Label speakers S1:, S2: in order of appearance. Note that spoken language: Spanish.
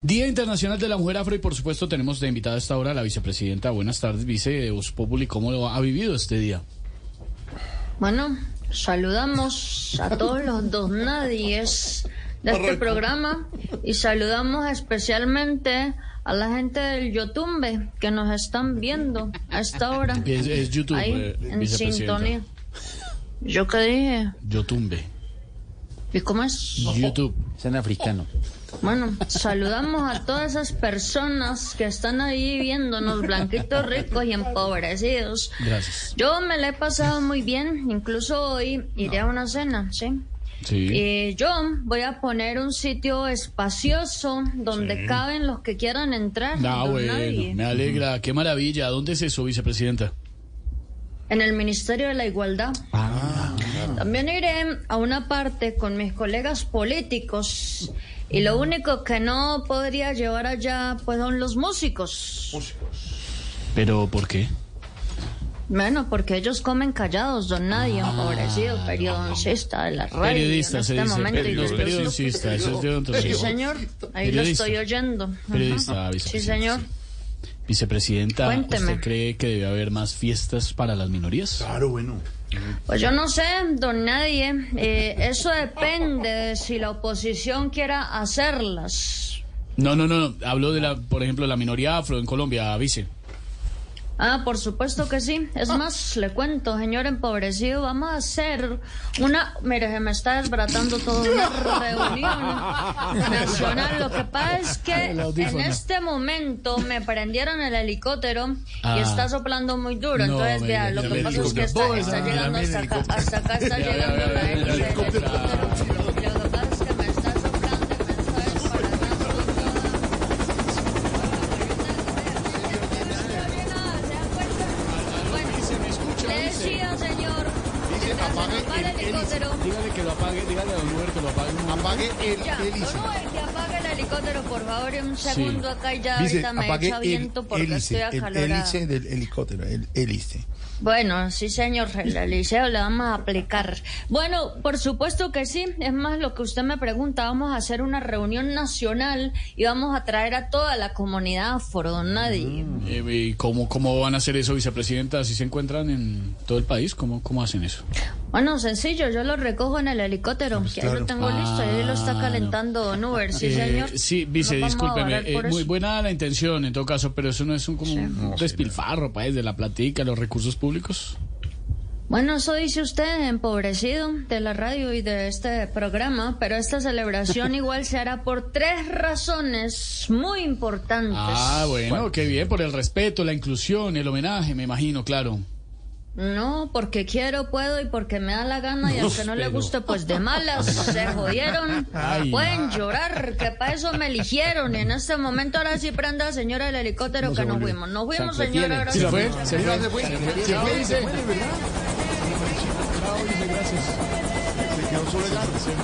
S1: Día Internacional de la Mujer Afro y por supuesto tenemos de invitada a esta hora a la vicepresidenta. Buenas tardes, vice de Voz Populi. ¿Cómo lo ha vivido este día?
S2: Bueno, saludamos a todos los dos nadies de este programa y saludamos especialmente a la gente del Yotumbe que nos están viendo a esta hora
S1: Es, es YouTube,
S2: ahí
S1: eh,
S2: en
S1: vicepresidenta.
S2: sintonía. ¿Yo qué dije?
S1: Yotumbe.
S2: ¿Y cómo es?
S1: YouTube.
S3: San africano.
S2: Bueno, saludamos a todas esas personas que están ahí viéndonos, blanquitos ricos y empobrecidos.
S1: Gracias.
S2: Yo me la he pasado muy bien, incluso hoy iré a una cena, ¿sí?
S1: Sí.
S2: Eh, yo voy a poner un sitio espacioso donde caben los que quieran entrar.
S1: Ah,
S2: don
S1: bueno,
S2: nadie.
S1: me alegra. Qué maravilla. ¿Dónde es eso, vicepresidenta?
S2: En el Ministerio de la Igualdad.
S1: Ah,
S2: También iré a una parte con mis colegas políticos. Y lo único que no podría llevar allá pues son los músicos.
S1: ¿Pero por qué?
S2: Bueno, porque ellos comen callados, don nadie, empobrecido, periodista de la radio.
S1: Ah. Periodista,
S2: en
S1: se
S2: este
S1: dice.
S2: momento, y
S1: Los
S2: los-
S1: periodistas. Eso es de otro
S2: Sí,
S1: tipo.
S2: señor, ahí lo
S1: Periodista.
S2: estoy oyendo. Ajá.
S1: Periodista,
S2: Sí,
S1: vicepresidenta,
S2: señor.
S1: sí. Vicepresidenta,
S2: Cuénteme.
S1: ¿usted cree que debe haber más fiestas para las minorías?
S4: Claro, bueno.
S2: Pues yo no sé, don nadie. Eh, eso depende de si la oposición quiera hacerlas.
S1: No, no, no. no. Hablo de la, por ejemplo, la minoría afro en Colombia, vice.
S2: Ah, por supuesto que sí. Es
S1: Ah.
S2: más, le cuento, señor empobrecido, vamos a hacer una... Mire, se me está desbratando todo una reunión nacional. Lo que pasa es que
S1: El
S2: en
S1: audífono.
S2: este momento me prendieron el helicóptero
S1: Ah.
S2: y está soplando muy duro.
S1: No,
S2: Entonces,
S1: me
S2: vea,
S1: diga,
S2: lo
S1: el
S2: que pasa es que
S1: helicóptero.
S2: está, está
S1: Ah,
S2: llegando hasta acá, hasta acá
S1: Ya,
S2: está
S1: ya,
S2: llegando
S1: ya,
S2: la
S1: ya, el
S2: hélice del
S1: helicóptero.
S2: helicóptero. Lo que pasa es que me está soplando y me está desbaratando todo. Le decía, señor, que se apaga el helicóptero.
S1: Dígale que lo apague, dígale a Don Uber que lo apague.
S4: Apague el
S2: Ya,
S4: hélice.
S2: don Uber, que apague el helicóptero, por favor, y un segundo acá y ya
S4: Dice,
S2: ahorita me
S4: apague
S2: echa
S4: el
S2: viento porque estoy
S4: hélice, el
S2: acalorada.
S4: hélice del helicóptero, el hélice.
S2: Bueno, sí, señor, el heliceo le vamos a aplicar. Bueno, por supuesto que sí. Es más, lo que usted me pregunta, vamos a hacer una reunión nacional y vamos a traer a toda la comunidad afro, don nadie.
S4: Ah.
S1: Eh, ¿Y cómo, cómo van a hacer eso, vicepresidenta? Si se encuentran en todo el país, ¿cómo, cómo hacen eso?
S2: Bueno, sencillo, yo lo recojo en el helicóptero, que ahí lo
S4: Pues claro.
S2: tengo listo, ahí lo está
S1: Ah,
S2: calentando Don Uber, sí,
S1: Eh,
S2: señor.
S1: sí, vice,
S2: Nos vamos a
S1: discúlpeme.
S2: varar
S1: eh,
S2: por
S1: muy
S2: eso.
S1: buena la intención en todo caso, pero eso no es un, como
S2: Sí.
S1: un despilfarro, país, de la platica, los recursos públicos.
S2: Bueno, eso dice usted, empobrecido de la radio y de este programa, pero esta celebración igual se hará por tres razones muy importantes.
S1: Ah, bueno, qué bien, por el respeto, la inclusión, el homenaje, me imagino, claro.
S2: No, porque quiero, puedo y porque me da la gana y al que no le
S1: pero-
S2: guste, pues de malas, se jodieron,
S1: Ay.
S2: pueden llorar, que para eso me eligieron y en este momento ahora sí prenda señora del helicóptero que nos fuimos, nos fuimos señora, ahora sí.
S1: ¿Se fue? ¿Se fue? ¿Se fue? ¿Se fue? dice.
S4: Se quedó solo el hélice.